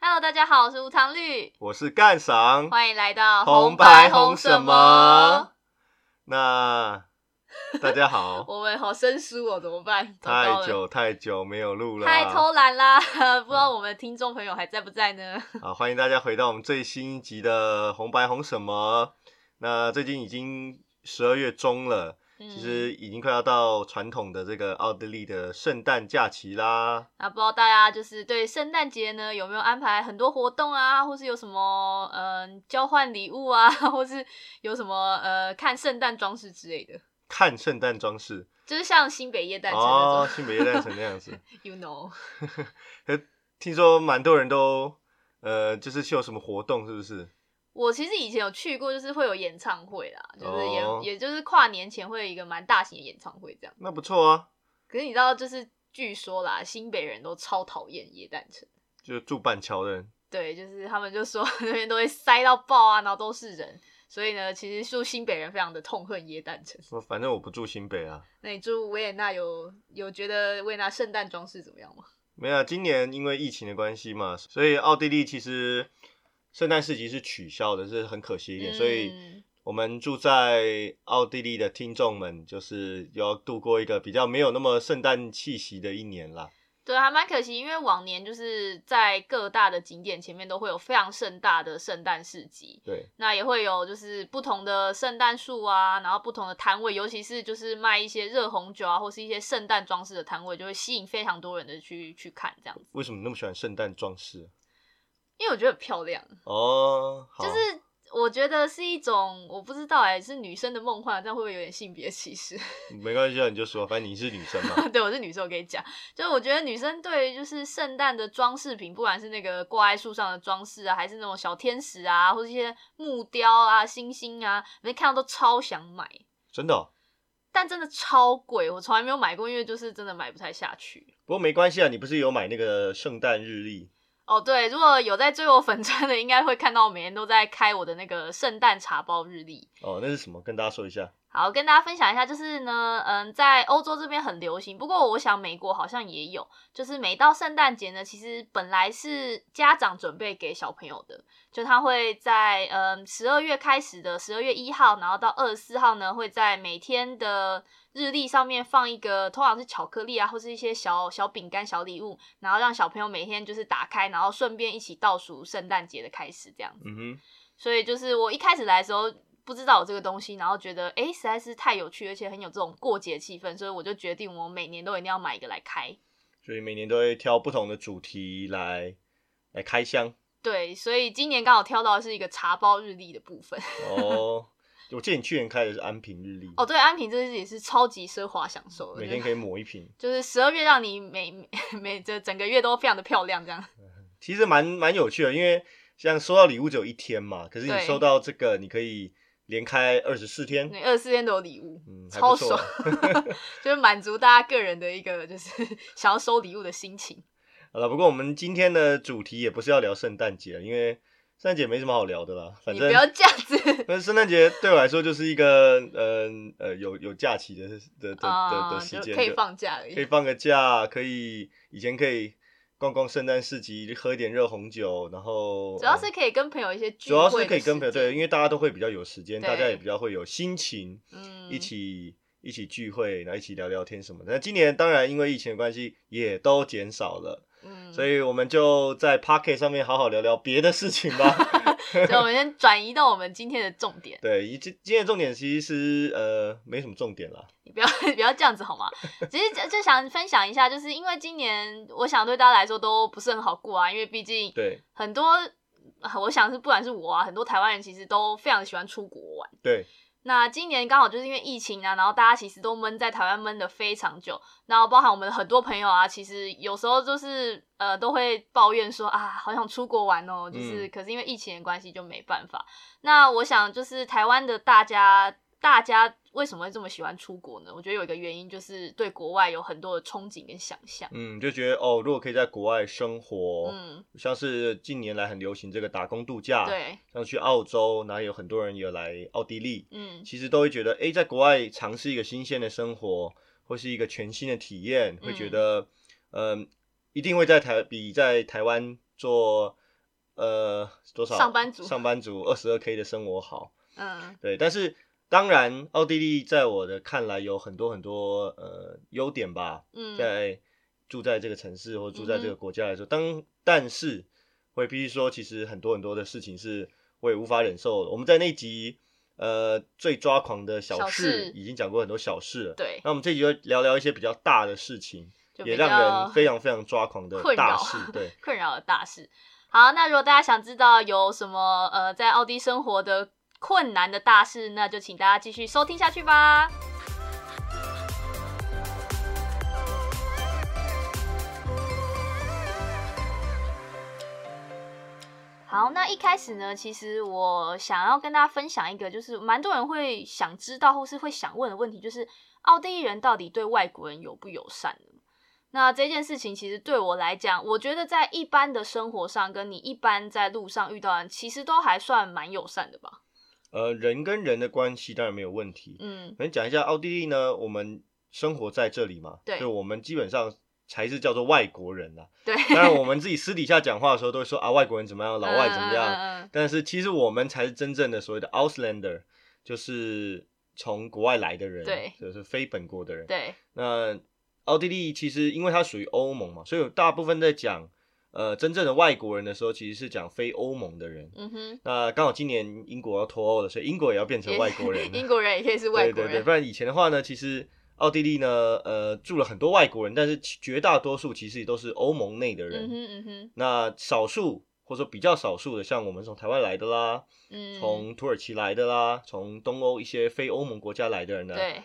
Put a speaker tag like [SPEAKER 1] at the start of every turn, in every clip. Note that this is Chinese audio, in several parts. [SPEAKER 1] Hello，大家好，我是吴常绿，
[SPEAKER 2] 我是干赏，
[SPEAKER 1] 欢迎来到
[SPEAKER 2] 红白红什么？？那大家好，
[SPEAKER 1] 我们好生疏哦，怎么办？糟糕
[SPEAKER 2] 太
[SPEAKER 1] 了
[SPEAKER 2] 久太久没有录了
[SPEAKER 1] 太
[SPEAKER 2] 啊，
[SPEAKER 1] 偷懒啦， 不知道我们的听众朋友还在不在 呢？
[SPEAKER 2] 啊！欢迎大家回到我们最新一集的红白红什么？那最近已经十二月中了，其
[SPEAKER 1] 其
[SPEAKER 2] 实已经快要到传统的这个奥地利的圣诞假期啦。
[SPEAKER 1] 那不知道大家就是对圣诞节呢有没有安排很多活动啊，或是有什么嗯、交换礼物啊， 或是有什么呃看圣诞装饰之类的，
[SPEAKER 2] 看圣诞装饰
[SPEAKER 1] 就是像新北夜诞城那
[SPEAKER 2] 哦，
[SPEAKER 1] 种、
[SPEAKER 2] 性别诞成那 样子，
[SPEAKER 1] y o u know，
[SPEAKER 2] 听说蛮多人都呃，就是去有什么活动，是不是？
[SPEAKER 1] 我其实以前有去过，就是会有演唱会啦，就是也、
[SPEAKER 2] 哦
[SPEAKER 1] 也就是跨年前会有一个蛮大型的演唱会这样。
[SPEAKER 2] 那不错啊，
[SPEAKER 1] 可是你知道，就是据说啦，新北人都超讨厌耶诞城，
[SPEAKER 2] 就是住板桥的人。
[SPEAKER 1] 对，就是他们就说 那边都会塞到爆啊，然后都是人，所以呢，其实住新北人非常的痛恨耶诞城。
[SPEAKER 2] 说反正我不住新北啊，
[SPEAKER 1] 那你住维也纳有有觉得维也纳圣诞装饰怎么样吗？
[SPEAKER 2] 没有、啊。今年因为疫情的关系嘛，所以奥地利其实圣诞市集是取消的，是很可惜一点。所以
[SPEAKER 1] 嗯
[SPEAKER 2] 我们住在奥地利的听众们，就是要度过一个比较没有那么圣诞气息的一年啦。
[SPEAKER 1] 对，啊还蛮可惜，因为往年就是在各大的景点前面都会有非常盛大的圣诞市集，
[SPEAKER 2] 对，
[SPEAKER 1] 那也会有就是不同的圣诞树啊，然后不同的摊位，尤其是就是卖一些热红酒啊，或是一些圣诞装饰的摊位，就会吸引非常多人的去去看这样子，
[SPEAKER 2] 为什么那么喜欢圣诞装饰？啊
[SPEAKER 1] 因为我觉得很漂亮，
[SPEAKER 2] 哦，好，
[SPEAKER 1] 就是我觉得是一种我不知道哎、是女生的梦幻，这样会不会有点性别歧视？
[SPEAKER 2] 没关系啊，你就说，反正你是女生嘛。
[SPEAKER 1] 对，我是女生，我跟你讲，就是我觉得女生对于就是圣诞的装饰品，不管是那个挂在树上的装饰啊，还是那种小天使啊，或是一些木雕啊、星星啊，每次看到都超想买。
[SPEAKER 2] 真的哦、
[SPEAKER 1] 但真的超贵，我从来没有买过，因为就是真的买不太下去。
[SPEAKER 2] 不过没关系啊，你不是有买那个圣诞日历？
[SPEAKER 1] 哦，对，如果有在追我粉专的，应该会看到我每天都在开我的那个圣诞茶包日历。
[SPEAKER 2] 哦，那是什么？跟大家说一下。
[SPEAKER 1] 好，跟大家分享一下，就是呢，嗯，在欧洲这边很流行，不过我想美国好像也有，就是每到圣诞节呢，其实本来是家长准备给小朋友的，就他会在嗯十二月开始的十二月一号，然后到二十四号呢，会在每天的日历上面放一个，通常是巧克力啊，或是一些小小饼干、小礼物，然后让小朋友每天就是打开，然后顺便一起倒数圣诞节的开始这样子。
[SPEAKER 2] 嗯哼。
[SPEAKER 1] 所以就是我一开始来的时候不知道有这个东西，然后觉得诶实在是太有趣，而且很有这种过节气氛，所以我就决定我每年都一定要买一个来开。
[SPEAKER 2] 所以每年都会挑不同的主题来来开箱
[SPEAKER 1] 对，所以今年刚好挑到的是一个茶包日历的部分。
[SPEAKER 2] 哦。 我记得你去年开的是安瓶日历
[SPEAKER 1] 哦，对，安平这也是超级奢华享受的，
[SPEAKER 2] 每
[SPEAKER 1] 就是
[SPEAKER 2] 天可以抹一瓶，
[SPEAKER 1] 就是十二月让你每每每这整个月都非常的漂亮，这样。
[SPEAKER 2] 其实蛮蛮有趣的，因为像收到礼物只有一天嘛，可是你
[SPEAKER 1] 对
[SPEAKER 2] 收到这个，你可以连开二十四天，
[SPEAKER 1] 那二十四天都有礼物，
[SPEAKER 2] 嗯，还
[SPEAKER 1] 超
[SPEAKER 2] 不错啊
[SPEAKER 1] 爽。， 就是满足大家个人的一个就是 想要收礼物的心情。
[SPEAKER 2] 好了，不过我们今天的主题也不是要聊圣诞节，因为圣诞节没什么好聊的啦，反
[SPEAKER 1] 你不
[SPEAKER 2] 正。
[SPEAKER 1] 要这样子。
[SPEAKER 2] 但是圣诞节对我来说就是一个，嗯呃，有有假期的的的的
[SPEAKER 1] 啊、
[SPEAKER 2] 的
[SPEAKER 1] 就
[SPEAKER 2] 时间，
[SPEAKER 1] 可以
[SPEAKER 2] 就
[SPEAKER 1] 放假而已。
[SPEAKER 2] 可以放个假，可以以前可以逛逛圣诞市集，喝一点热红酒，然后
[SPEAKER 1] 主要
[SPEAKER 2] 呃
[SPEAKER 1] 是可以跟朋友一些聚
[SPEAKER 2] 主要
[SPEAKER 1] 会的时间，
[SPEAKER 2] 是可以跟朋友对，因为大家都会比较有时间，
[SPEAKER 1] 对
[SPEAKER 2] 大家也比较会有心情，
[SPEAKER 1] 嗯
[SPEAKER 2] 一起一起聚会，然后一起聊聊天什么的。那今年当然因为疫情的关系也都减少了，
[SPEAKER 1] 嗯，
[SPEAKER 2] 所
[SPEAKER 1] 以
[SPEAKER 2] 以我们就在 Pocket 上面好好聊聊别的事情 吧。
[SPEAKER 1] 所以我们先转移到我们今天的重点，
[SPEAKER 2] 对，一今今天的重点其实是呃没什么重点啦，
[SPEAKER 1] 你不要 不要这样子好吗？只是就就想分享一下，就是因为今年我想对大家来说都不是很好过啊，因为毕竟
[SPEAKER 2] 对
[SPEAKER 1] 很多。啊我想是，不管是我啊，很多台湾人其实都非常喜欢出国玩。
[SPEAKER 2] 对，
[SPEAKER 1] 那今年刚好就是因为疫情啊，然后大家其实都闷在台湾闷的非常久，然后包含我们的很多朋友啊，其实有时候就是呃都会抱怨说啊，好想出国玩哦，就是、
[SPEAKER 2] 嗯
[SPEAKER 1] 可是因为疫情的关系就没办法。那我想就是台湾的大家，大家为什么会这么喜欢出国呢？我觉得有一个原因就是对国外有很多的憧憬跟想象。
[SPEAKER 2] 嗯，就觉得哦，如果可以在国外生活，
[SPEAKER 1] 嗯，
[SPEAKER 2] 像是近年来很流行这个打工度假，，
[SPEAKER 1] 对，
[SPEAKER 2] 像去澳洲，然后有很多人有来奥地利，
[SPEAKER 1] 嗯
[SPEAKER 2] 其实都会觉得，诶，在国外尝试一个新鲜的生活，或是一个全新的体呃验，会觉得，嗯、一定会在台比在台湾做呃多少
[SPEAKER 1] 上班族
[SPEAKER 2] 上班族二十二 K 的生活好。
[SPEAKER 1] 嗯
[SPEAKER 2] 对，但是当然，奥地利在我的看来有很多很多呃优点吧，
[SPEAKER 1] 嗯，
[SPEAKER 2] 在住在这个城市或住在这
[SPEAKER 1] 嗯
[SPEAKER 2] 个
[SPEAKER 1] 哼
[SPEAKER 2] 国家来说，当但是我也必须说，其实很多很多的事情是我也无法忍受的。我们在那集呃最抓狂的小
[SPEAKER 1] 小
[SPEAKER 2] 事
[SPEAKER 1] 事
[SPEAKER 2] 已经讲过很多小事了，
[SPEAKER 1] 对，
[SPEAKER 2] 那我们这集就聊聊一些比较大的事情，
[SPEAKER 1] 就
[SPEAKER 2] 也
[SPEAKER 1] 比
[SPEAKER 2] 让
[SPEAKER 1] 较
[SPEAKER 2] 人非常非常抓狂的
[SPEAKER 1] 困
[SPEAKER 2] 大
[SPEAKER 1] 扰
[SPEAKER 2] 事，对。
[SPEAKER 1] 困扰的大事。好，那如果大家想知道有什么呃在奥地生活的困难的大事，那就请大家继续收听下去吧。好，那一开始呢，其实我想要跟大家分享一个，就是蛮多人会想知道或是会想问的问题，就是奥地利人到底对外国人友不友善呢？那这件事情其实对我来讲，我觉得在一般的生活上，跟你一般在路上遇到的人，其实都还算蛮友善的吧。
[SPEAKER 2] 呃，人跟人的关系当然没有问题，
[SPEAKER 1] 嗯，
[SPEAKER 2] 可能讲一下奥地利呢，我们生活在这里嘛，
[SPEAKER 1] 对
[SPEAKER 2] 所以我们基本上才是叫做外国人啊啦。
[SPEAKER 1] 对。
[SPEAKER 2] 当然，我们自己私底下讲话的时候都会说啊，外国人怎么样，老外怎么样，
[SPEAKER 1] 嗯嗯嗯
[SPEAKER 2] 但是其实我们才是真正的所谓的 Ausländer，就是从国外来的人，
[SPEAKER 1] 对
[SPEAKER 2] 就是非本国的人。
[SPEAKER 1] 对，
[SPEAKER 2] 那奥地利其实因为它属于欧盟嘛，所以有大部分在讲呃真正的外国人的时候，其实是讲非欧盟的人。
[SPEAKER 1] 嗯哼，
[SPEAKER 2] 那刚好今年英国要脱欧了，所以英国也要变成
[SPEAKER 1] 也
[SPEAKER 2] 外国人 了。
[SPEAKER 1] 英国人也可以是外国
[SPEAKER 2] 对对对，
[SPEAKER 1] 人。
[SPEAKER 2] 不然以前的话呢，其实奥地利呢，呃，住了很多外国人，但是其绝大多数其实也都是欧盟内的人。
[SPEAKER 1] 嗯哼嗯哼
[SPEAKER 2] 那少数或者说比较少数的，像我们从台湾来的啦，
[SPEAKER 1] 嗯，
[SPEAKER 2] 从土耳其来的啦，从东欧一些非欧盟国家来的人呢，
[SPEAKER 1] 对，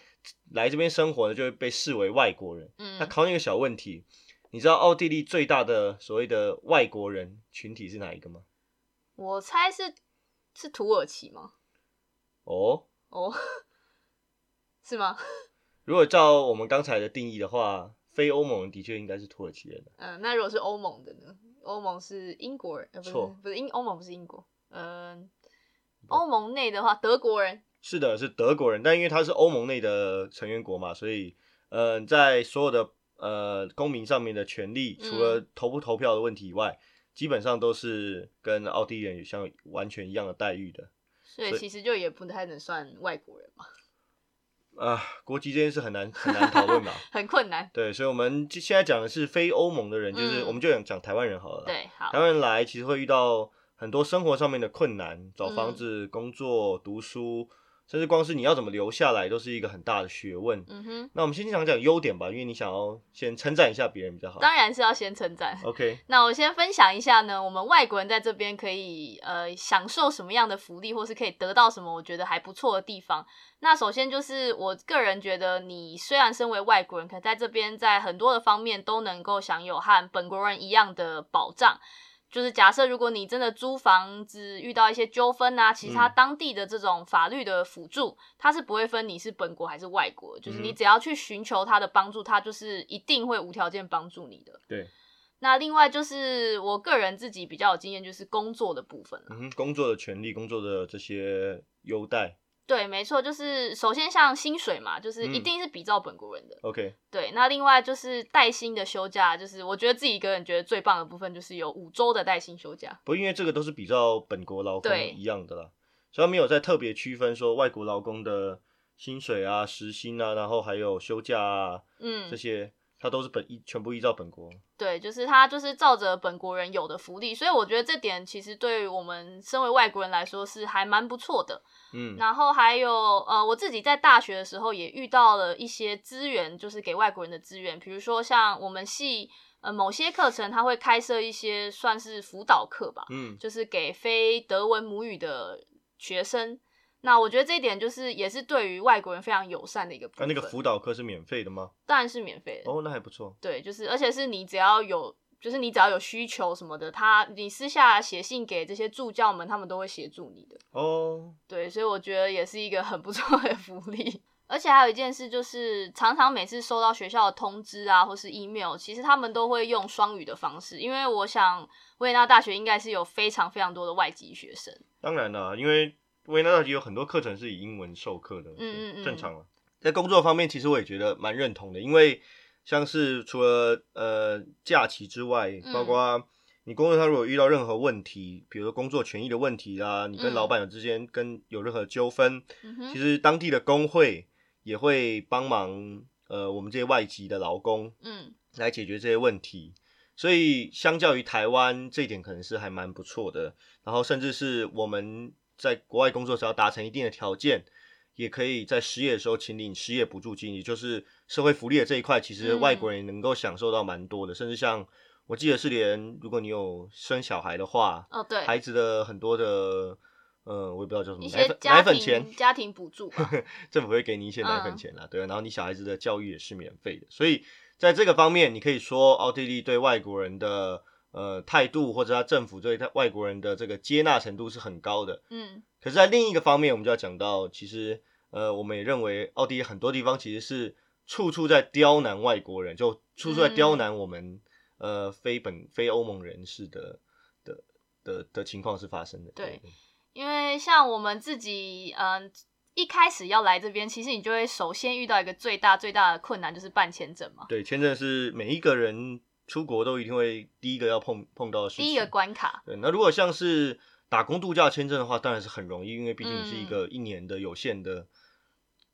[SPEAKER 2] 来这边生活呢，就会被视为外国人。那
[SPEAKER 1] 嗯，
[SPEAKER 2] 考你一个小问题，你知道奥地利最大的所谓的外国人群体是哪一个吗？
[SPEAKER 1] 我猜是是土耳其吗？
[SPEAKER 2] 哦，
[SPEAKER 1] 哦，是吗？
[SPEAKER 2] 如果照我们刚才的定义的话，非欧盟人的确应该是土耳其人。
[SPEAKER 1] 嗯，那如果是欧盟的呢？欧盟是英国人，呃、不是
[SPEAKER 2] 错
[SPEAKER 1] 不是英，欧盟不是英国，嗯、欧盟内的话，德国人，
[SPEAKER 2] 是的，是德国人，但因为他是欧盟内的成员国嘛，所以呃，在所有的呃公民上面的权利，
[SPEAKER 1] 嗯
[SPEAKER 2] 除了投不投票的问题以外，基本上都是跟奥地利人有像完全一样的待遇的。
[SPEAKER 1] 所以
[SPEAKER 2] 所以
[SPEAKER 1] 其实就也不太能算外国人嘛，
[SPEAKER 2] 啊、国籍这件事很难很难讨 论吧？
[SPEAKER 1] 很困难。
[SPEAKER 2] 对，所以我们就现在讲的是非欧盟的人，就是、
[SPEAKER 1] 嗯
[SPEAKER 2] 我们就讲讲台湾人好了啦。
[SPEAKER 1] 对，好
[SPEAKER 2] 台，湾人来其实会遇到很多生活上面的困难，找房
[SPEAKER 1] 嗯
[SPEAKER 2] 子、工作、读书，甚至光是你要怎么留下来，都是一个很大的学问。
[SPEAKER 1] 嗯哼，
[SPEAKER 2] 那我们先讲讲优点吧，因为你想要先称赞一下别人比较好。
[SPEAKER 1] 当然是要先称赞。
[SPEAKER 2] OK，
[SPEAKER 1] 那我先分享一下呢，我们外国人在这边可以呃享受什么样的福利，或是可以得到什么我觉得还不错的地方。那首先就是我个人觉得，你虽然身为外国人，可在这边在很多的方面都能够享有和本国人一样的保障。就是假设如果你真的租房子遇到一些纠纷啊，其实他
[SPEAKER 2] 嗯
[SPEAKER 1] 当地的这种法律的辅助，它是不会分你是本国还是外国，就是
[SPEAKER 2] 嗯
[SPEAKER 1] 你
[SPEAKER 2] 哼
[SPEAKER 1] 只要去寻求他的帮助，他就是一定会无条件帮助你的。
[SPEAKER 2] 对，
[SPEAKER 1] 那另外就是我个人自己比较有经验，就是工作的部分了。
[SPEAKER 2] 嗯哼，工作的权利、工作的这些优待
[SPEAKER 1] 对，没错，就是首先像薪水嘛，就是一
[SPEAKER 2] 嗯
[SPEAKER 1] 定是比照本国人的。
[SPEAKER 2] ，OK，
[SPEAKER 1] 对，那另外就是带薪的休假，就是我觉得自己一个人觉得最棒的部分，就是有五周的带薪休假。
[SPEAKER 2] 不过因为这个都是比较本国劳工
[SPEAKER 1] 对
[SPEAKER 2] 一样的啦，所以它没有在特别区分说外国劳工的薪水啊、时薪啊，然后还有休假啊
[SPEAKER 1] 嗯
[SPEAKER 2] 这，些，它都是本依全部依照本国。
[SPEAKER 1] 对，就是他就是照着本国人有的福利，所以我觉得这点其实对于我们身为外国人来说是还蛮不错的。
[SPEAKER 2] 嗯，
[SPEAKER 1] 然后还有呃，我自己在大学的时候也遇到了一些资源，就是给外国人的资源，比如说像我们系呃某些课程，它会开设一些算是辅导课吧，
[SPEAKER 2] 嗯，
[SPEAKER 1] 就是给非德文母语的学生。那我觉得这一点就是也是对于外国人非常友善的一个部分。
[SPEAKER 2] 那、啊那个辅导课是免费的吗？
[SPEAKER 1] 当然是免费的，
[SPEAKER 2] 哦，那还不错。
[SPEAKER 1] 对，就是而且是你只要有。就是你只要有需求什么的，他你私下写信给这些助教们，他们都会协助你的。
[SPEAKER 2] 哦，
[SPEAKER 1] 对，所以我觉得也是一个很不错的福利。 而且还有一件事，就是常常每次收到学校的通知啊，或是 email，其实他们都会用双语的方式，因为我想维也纳大学应该是有非常非常多的外籍学生。
[SPEAKER 2] 当然啦，因为维也纳大学有很多课程是以英文授课的，
[SPEAKER 1] 嗯嗯
[SPEAKER 2] 正常了。在工作方面，其实我也觉得蛮认
[SPEAKER 1] 嗯
[SPEAKER 2] 同的，因为像是除了呃假期之外，包括你工作上如果遇到任何问题，比如说工作权益的问题啦，你跟
[SPEAKER 1] 嗯
[SPEAKER 2] 老板有之间跟有任何纠纷，
[SPEAKER 1] 嗯哼，
[SPEAKER 2] 其实当地的工会也会帮忙，呃，我们这些外籍的劳工
[SPEAKER 1] 嗯
[SPEAKER 2] 来解决这些问题。所以，相较于台湾，这一点可能是还蛮不错的。然后，甚至是我们在国外工作时要达成一定的条件，也可以在失业的时候请领失业补助金，也就是社会福利的这一块，其实
[SPEAKER 1] 嗯
[SPEAKER 2] 外国人能够享受到蛮多的。甚至像我记得是连，如果你有生小孩的话，
[SPEAKER 1] 哦对，
[SPEAKER 2] 孩子的很多的，呃，我也不知道叫什么，
[SPEAKER 1] 一
[SPEAKER 2] 奶
[SPEAKER 1] 些
[SPEAKER 2] 粉
[SPEAKER 1] 家
[SPEAKER 2] 奶粉
[SPEAKER 1] 庭
[SPEAKER 2] 钱，
[SPEAKER 1] 家庭补助 吧，
[SPEAKER 2] 政府会给你一些奶粉
[SPEAKER 1] 嗯
[SPEAKER 2] 钱啦，对啊，然后你小孩子的教育也是免费的，所以在这个方面，你可以说奥地利对外国人的呃态度，或者他政府对他外国人的这个接纳程度是很高的。
[SPEAKER 1] 嗯
[SPEAKER 2] 可是，在另一个方面，我们就要讲到，其实呃，我们也认为奥地利很多地方其实是处处在刁难外国人，就处
[SPEAKER 1] 嗯
[SPEAKER 2] 处在刁难我们、呃非本非欧盟人士的的的的情况是发生的。
[SPEAKER 1] 对，因为像我们自己，嗯，一开始要来这边，其实你就会首先遇到一个最大最大的困难，就是办签证嘛，
[SPEAKER 2] 对，签证是每一个人出国都一定会第一个要碰碰到的事情。
[SPEAKER 1] 第一个关卡。
[SPEAKER 2] 对，那如果像是打工度假签证的话，当然是很容易，因为毕竟
[SPEAKER 1] 嗯
[SPEAKER 2] 是一个一年的有限的、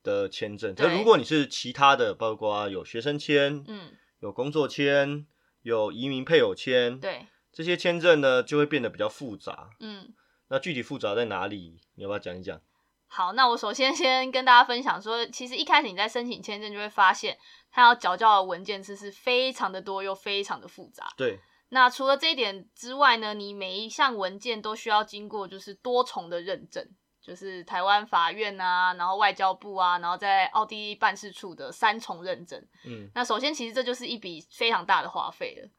[SPEAKER 2] 的签证。
[SPEAKER 1] 对
[SPEAKER 2] 但如果你是其他的，包括有学生签、
[SPEAKER 1] 嗯，
[SPEAKER 2] 有工作签、有移民配偶签，
[SPEAKER 1] 对，
[SPEAKER 2] 这些签证呢，就会变得比较复杂。
[SPEAKER 1] 嗯，
[SPEAKER 2] 那具体复杂在哪里？你要不要讲一讲？
[SPEAKER 1] 好，那我首先 先跟大家分享说，其实一开始你在申请签证就会发现，它要缴交的文件其实非常的多，又非常的复杂。
[SPEAKER 2] 对，
[SPEAKER 1] 那除了这一点之外呢，你每一项文件都需要经过就是多重的认证，就是台湾法院啊，然后外交部啊，然后在奥地利办事处的三重认证。
[SPEAKER 2] 嗯，
[SPEAKER 1] 那首先，其实这就是一笔非常大的花费了。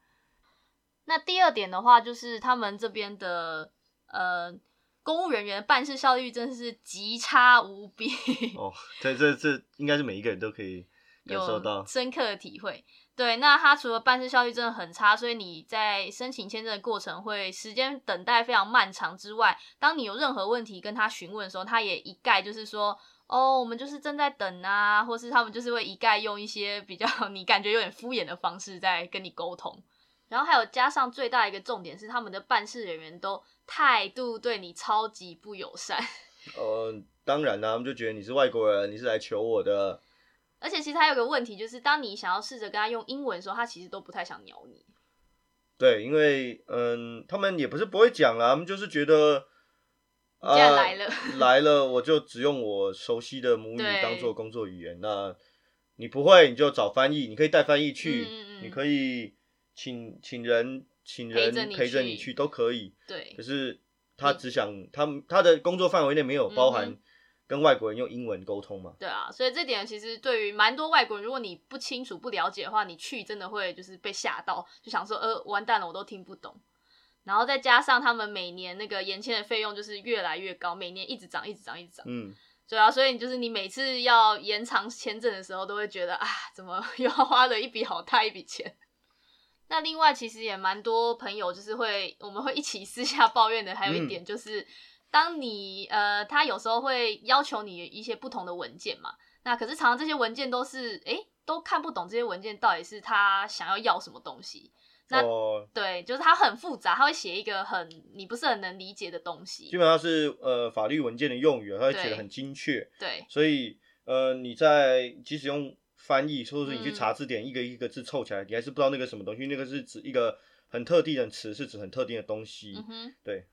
[SPEAKER 1] 那第二点的话，就是他们这边的呃公务人员办事效率真的是极差无比，
[SPEAKER 2] 哦，这这这应该是每一个人都可以感受到
[SPEAKER 1] 有。深刻的体会。对，那他除了办事效率真的很差，所以你在申请签证的过程会时间等待非常漫长之外，当你有任何问题跟他询问的时候，他也一概就是说。哦，我们就是正在等啊，或是他们就是会一概用一些比较 你感觉有点敷衍的方式在跟你沟通，然后还有加上最大一个重点是他们的办事人员都态度对你超级不友善，
[SPEAKER 2] 呃，当然啦、他们就觉得你是外国人，你是来求我的。
[SPEAKER 1] 而且其实还有个问题就是，当你想要试着跟他用英文的时候，他其实都不太想鸟你。
[SPEAKER 2] 对，因为嗯，他们也不是不会讲啦，他们就是觉得，啊
[SPEAKER 1] 你既然来了
[SPEAKER 2] 来了我就只用我熟悉的母语
[SPEAKER 1] 对
[SPEAKER 2] 当做工作语言。那你不会，你就找翻译，你可以带翻译去，
[SPEAKER 1] 嗯嗯嗯
[SPEAKER 2] 你可以请请人请
[SPEAKER 1] 陪
[SPEAKER 2] 人
[SPEAKER 1] 着你
[SPEAKER 2] 陪着你
[SPEAKER 1] 去
[SPEAKER 2] 去都可以。
[SPEAKER 1] 对
[SPEAKER 2] 可，是他
[SPEAKER 1] 你
[SPEAKER 2] 只想他们他的工作范围内没有包
[SPEAKER 1] 嗯
[SPEAKER 2] 含跟外国人用英文沟通嘛？
[SPEAKER 1] 对啊，所以这点其实对于蛮多外国人，如果你不清楚、不了解的话，你去真的会就是被吓到，就想说呃完蛋了，我都听不懂。然后再加上他们每年那个延签的费用就是越来越高，每年一直涨、一直涨、一直涨。
[SPEAKER 2] 嗯，
[SPEAKER 1] 对啊，所以你就是你每次要延长签证的时候，都会觉得啊，怎么 又要花了一笔好大一笔钱。 那另外，其实也蛮多朋友就是会，我们会一起私下抱怨的。还有一点就是，当你呃，他有时候会要求你一些不同的文件嘛，那可是常常这些文件都是诶、都看不懂这些文件到底是他想要要什么东西。那
[SPEAKER 2] 哦，
[SPEAKER 1] 对，就是它很复杂，他会写一个很你不是很能理解的东西
[SPEAKER 2] 基。本上是呃法律文件的用语，他啊会写
[SPEAKER 1] 对
[SPEAKER 2] 的很精确。
[SPEAKER 1] 对，
[SPEAKER 2] 所以呃，你在即使用翻译，或者是你去
[SPEAKER 1] 嗯
[SPEAKER 2] 查字典，一个一个字凑起来，你还是不知道那个什么东西，那个是指一个很特定的词，是指很特定的东西。
[SPEAKER 1] 嗯哼。
[SPEAKER 2] 对，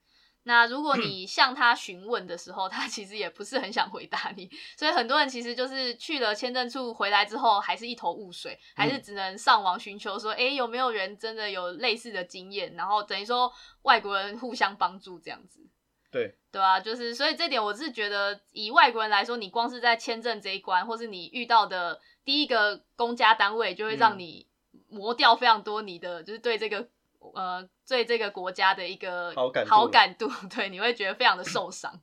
[SPEAKER 1] 那如果你向他询问的时候，他其实也不是很想回答你，所以很多人其实就是去了签证处回来之后，还是一头雾水，还是只能上网寻求说，诶，有没有人真的有类似的经验？然后等于说外国人互相帮助这样子，
[SPEAKER 2] 对，
[SPEAKER 1] 对啊，就是所以这点我是觉得，以外国人来说，你光是在签证这一关，或是你遇到的第一个公家单位，就会让
[SPEAKER 2] 嗯
[SPEAKER 1] 你磨掉非常多你的，就是对这个呃对这个国家的一个
[SPEAKER 2] 好感度
[SPEAKER 1] 好感度， 对，你会觉得非常的受伤。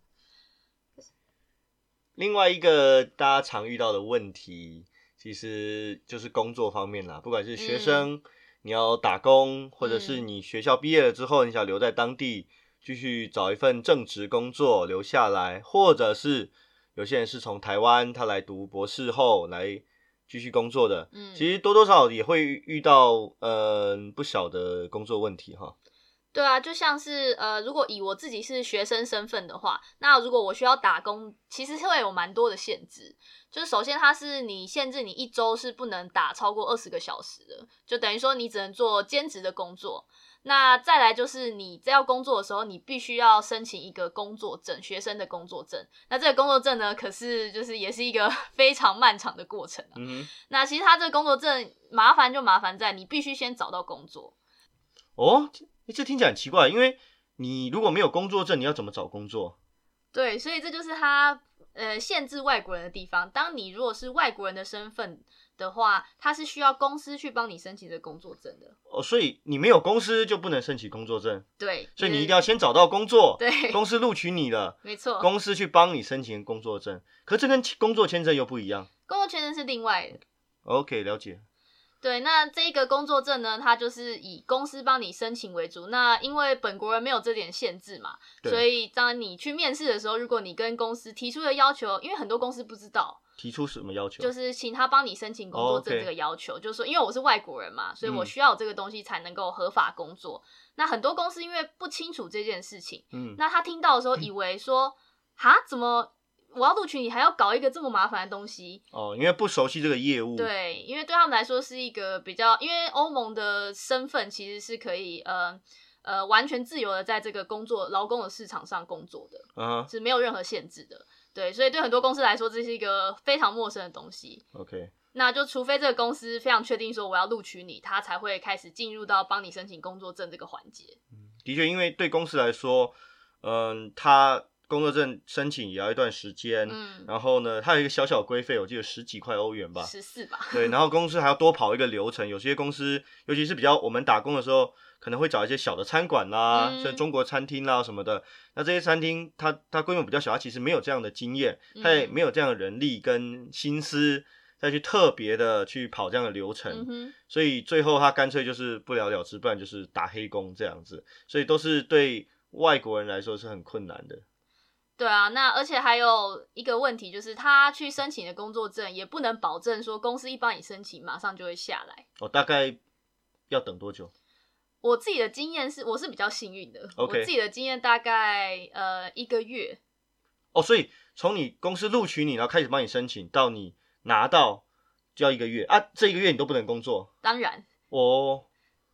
[SPEAKER 2] 另外一个大家常遇到的问题，其实就是工作方面啦，不管是学生。你要打工，或者是
[SPEAKER 1] 嗯
[SPEAKER 2] 你学校毕业了之后，你想留在当地继续找一份正职工作留下来，或者是有些人是从台湾他来读博士后来继续工作的，
[SPEAKER 1] 嗯，
[SPEAKER 2] 其实多多少少也会遇到嗯、呃、不小的工作问题哈。
[SPEAKER 1] 对啊，就像是呃，如果以我自己是学生身份的话，那如果我需要打工，其实会有蛮多的限制。就是首先，它是你限制你一周是不能打超过二十个小时的，就等于说你只能做兼职的工作。那再来就是你在要工作的时候，你必须要申请一个工作证，学生的工作证。那这个工作证呢，可是就是也是一个 非常漫长的过程啊。
[SPEAKER 2] 嗯哼，
[SPEAKER 1] 那其实他这个工作证麻烦就麻烦在你必须先找到工作，
[SPEAKER 2] 哦，这这听起来很奇怪，因为你如果没有工作证，你要怎么找工作？
[SPEAKER 1] 对，所以这就是他呃限制外国人的地方。当你如果是外国人的身份的话，他是需要公司去帮你申请这个工作证的。
[SPEAKER 2] 哦，所以你没有公司就不能申请工作证，
[SPEAKER 1] 对，
[SPEAKER 2] 所以你
[SPEAKER 1] 就是
[SPEAKER 2] 一定要先找到工作，
[SPEAKER 1] 嗯对，
[SPEAKER 2] 公司录取你了，
[SPEAKER 1] 没错，
[SPEAKER 2] 公司去帮你申请工作证。可这跟工作签证又不一样。
[SPEAKER 1] 工作签证是另外的。
[SPEAKER 2] OK，了解。
[SPEAKER 1] 对，那这个工作证呢，它就是以公司帮你申请为主。那因为本国人没有这点限制嘛，
[SPEAKER 2] 对
[SPEAKER 1] 所以当你去面试的时候，如果你跟公司提出的要求，因为很多公司不知道，
[SPEAKER 2] 提出什么要求？
[SPEAKER 1] 就是请他帮你申请工作证
[SPEAKER 2] 哦，OK
[SPEAKER 1] 这个要求就是说，因为我是外国人嘛，所以我
[SPEAKER 2] 嗯
[SPEAKER 1] 需要有这个东西才能够合法工作。那很多公司因为不清楚这件事情，
[SPEAKER 2] 嗯，
[SPEAKER 1] 那他听到的时候以为说，哈，怎么我要录取你还要搞一个这么麻烦的东西？
[SPEAKER 2] 哦，因为不熟悉这个业务，，
[SPEAKER 1] 对，因为对他们来说是一个比较，因为欧盟的身份其实是可以呃呃完全自由的在这个工作劳工的市场上工作的，
[SPEAKER 2] 啊、
[SPEAKER 1] 是没有任何限制的。对，所以对很多公司来说，这是一个非常陌生的东西。
[SPEAKER 2] o k
[SPEAKER 1] 那就除非这个公司非常确定说我要录取你，他才会开始进入到帮你申请工作证这个环节。
[SPEAKER 2] 的确，因为对公司来说，嗯，他工作证申请也要一段时间，
[SPEAKER 1] 嗯，
[SPEAKER 2] 然后呢，它有一个小小规费，我记得十几块欧元吧，
[SPEAKER 1] 十四吧，
[SPEAKER 2] 对，然后公司还要多跑一个流程，有些公司，尤其是比较我们打工的时候，可能会找一些小的餐馆啦，
[SPEAKER 1] 嗯
[SPEAKER 2] 像中国餐厅啦什么的。那这些餐厅，它它规模比较小，它其实没有这样的经验，它也
[SPEAKER 1] 嗯
[SPEAKER 2] 没有这样的人力跟心思再去特别的去跑这样的流程，
[SPEAKER 1] 嗯哼，
[SPEAKER 2] 所以最后他干脆就是不了了之，不然就是打黑工这样子，所以都是对外国人来说是很困难的。
[SPEAKER 1] 对啊。那而且还有一个问题就是，他去申请的工作证也不能保证说公司一帮你申请马上就会下来。
[SPEAKER 2] 哦，大概要等多久？
[SPEAKER 1] 我自己的经验是，我是比较幸运的。
[SPEAKER 2] OK
[SPEAKER 1] 我自己的经验大概呃一个月，
[SPEAKER 2] 哦，所以从你公司录取你，然后开始帮你申请，到你拿到就要一个月啊，这一个月你都不能工作
[SPEAKER 1] 当然
[SPEAKER 2] 哦。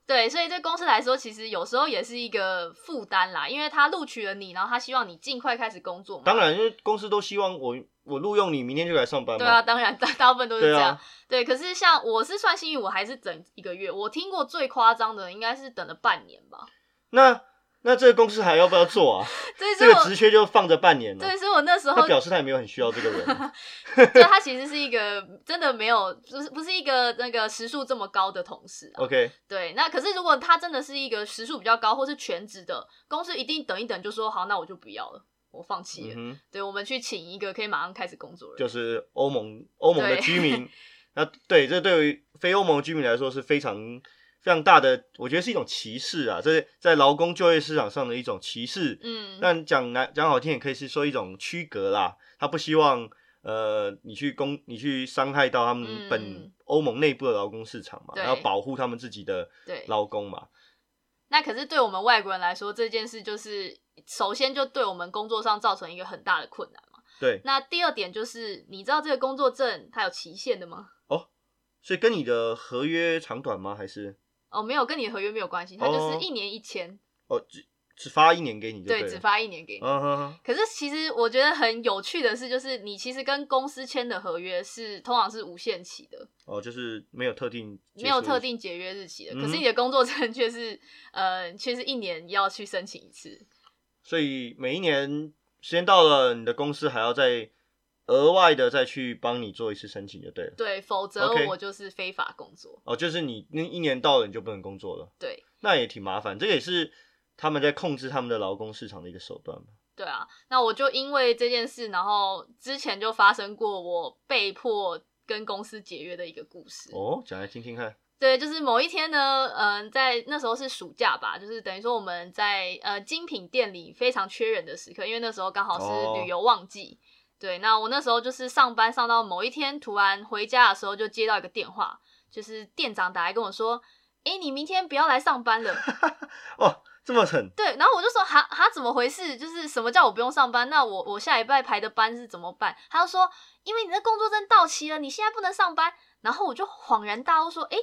[SPEAKER 1] 对，所以对公司来说，其实有时候也是一个负担啦，因为他录取了你，然后他希望你尽快开始工作嘛。
[SPEAKER 2] 当然，因为公司都希望我我录用你，明天就来上班嘛。
[SPEAKER 1] 对啊，，当然大大部分都是
[SPEAKER 2] 对
[SPEAKER 1] 这样。
[SPEAKER 2] 啊，
[SPEAKER 1] 对，可是像我是算幸运，我还是等一个月。我听过最夸张的应该是等了半年吧。
[SPEAKER 2] 那那这个公司还要不要做啊？
[SPEAKER 1] 这
[SPEAKER 2] 这
[SPEAKER 1] 是
[SPEAKER 2] 个
[SPEAKER 1] 我，
[SPEAKER 2] 职缺就放着半年了。
[SPEAKER 1] 对，是我那时候
[SPEAKER 2] 他，表示他也没有很需要这个人。
[SPEAKER 1] 就他其实是一个真的没有，就是不是一个那个时数这么高的同事啊。
[SPEAKER 2] OK，
[SPEAKER 1] 对，那可是如果他真的是一个时数比较高或是全职的公司，一定等一等就说好，那我就不要了，我放弃
[SPEAKER 2] 嗯
[SPEAKER 1] 了。
[SPEAKER 2] 哼，
[SPEAKER 1] 对，我们去请一个可以马上开始工作的人。
[SPEAKER 2] 就是欧盟欧盟的
[SPEAKER 1] 对
[SPEAKER 2] 居民，那对这对于非欧盟居民来说是非常。非常大的，我觉得是一种歧视啊，这是在劳工就业市场上的一种歧视。
[SPEAKER 1] 嗯，
[SPEAKER 2] 但讲难讲好听，也可以是说一种区隔啦。他不希望呃你去攻你去伤害到他们
[SPEAKER 1] 嗯
[SPEAKER 2] 本欧盟内部的劳工市场嘛，
[SPEAKER 1] 对
[SPEAKER 2] 然后保护他们自己的
[SPEAKER 1] 对。
[SPEAKER 2] 劳工嘛。
[SPEAKER 1] 那可是对我们外国人来说，这件事就是首先就对我们工作上造成一个很大的困难嘛。
[SPEAKER 2] 对，
[SPEAKER 1] 那第二点就是，你知道这个工作证它有期限的吗？
[SPEAKER 2] 所以跟你的合约长短吗？还是
[SPEAKER 1] 哦，没有，跟你的合约没有关系，它就是
[SPEAKER 2] 哦
[SPEAKER 1] 一年一签，
[SPEAKER 2] 哦只只发一年给你就
[SPEAKER 1] 对，
[SPEAKER 2] 了
[SPEAKER 1] 只发一年给你。
[SPEAKER 2] 嗯哼哼
[SPEAKER 1] 可是其实我觉得很有趣的是，就是你其实跟公司签的合约是通常是无限期的，
[SPEAKER 2] 哦，就是没有特定结束
[SPEAKER 1] 没有特定解约日期的。
[SPEAKER 2] 嗯哼
[SPEAKER 1] 可是你的工作证 却是，呃，却是一年要去申请一次。
[SPEAKER 2] 所以每一年时间到了，你的公司还要再额外的再去帮你做一次申请就对了。
[SPEAKER 1] 对，否则
[SPEAKER 2] OK
[SPEAKER 1] 我就是非法工作。
[SPEAKER 2] 哦，就是你那一年到了你就不能工作了。
[SPEAKER 1] 对，
[SPEAKER 2] 那也挺麻烦，这个也是他们在控制他们的劳工市场的一个手段嘛。
[SPEAKER 1] 对啊，那我就因为这件事，然后之前就发生过我被迫跟公司解约的一个故事。
[SPEAKER 2] 哦，讲来听听看。
[SPEAKER 1] 对，就是某一天呢，嗯，在那时候是暑假吧，就是等于说我们在呃精品店里非常缺人的时刻，因为那时候刚好
[SPEAKER 2] 哦
[SPEAKER 1] 是旅游旺季。对，那我那时候就是上班上到某一天，突然回家的时候就接到一个电话，就是店长打来跟我说：“诶，你明天不要来上班了。”
[SPEAKER 2] 哦，这么狠，
[SPEAKER 1] 对，然后我就说哈哈怎么回事？就是什么叫我不用上班？那我我下礼拜排的班是怎么办？他就说因为你的工作证到期了，你现在不能上班。然后我就恍然大悟说，诶，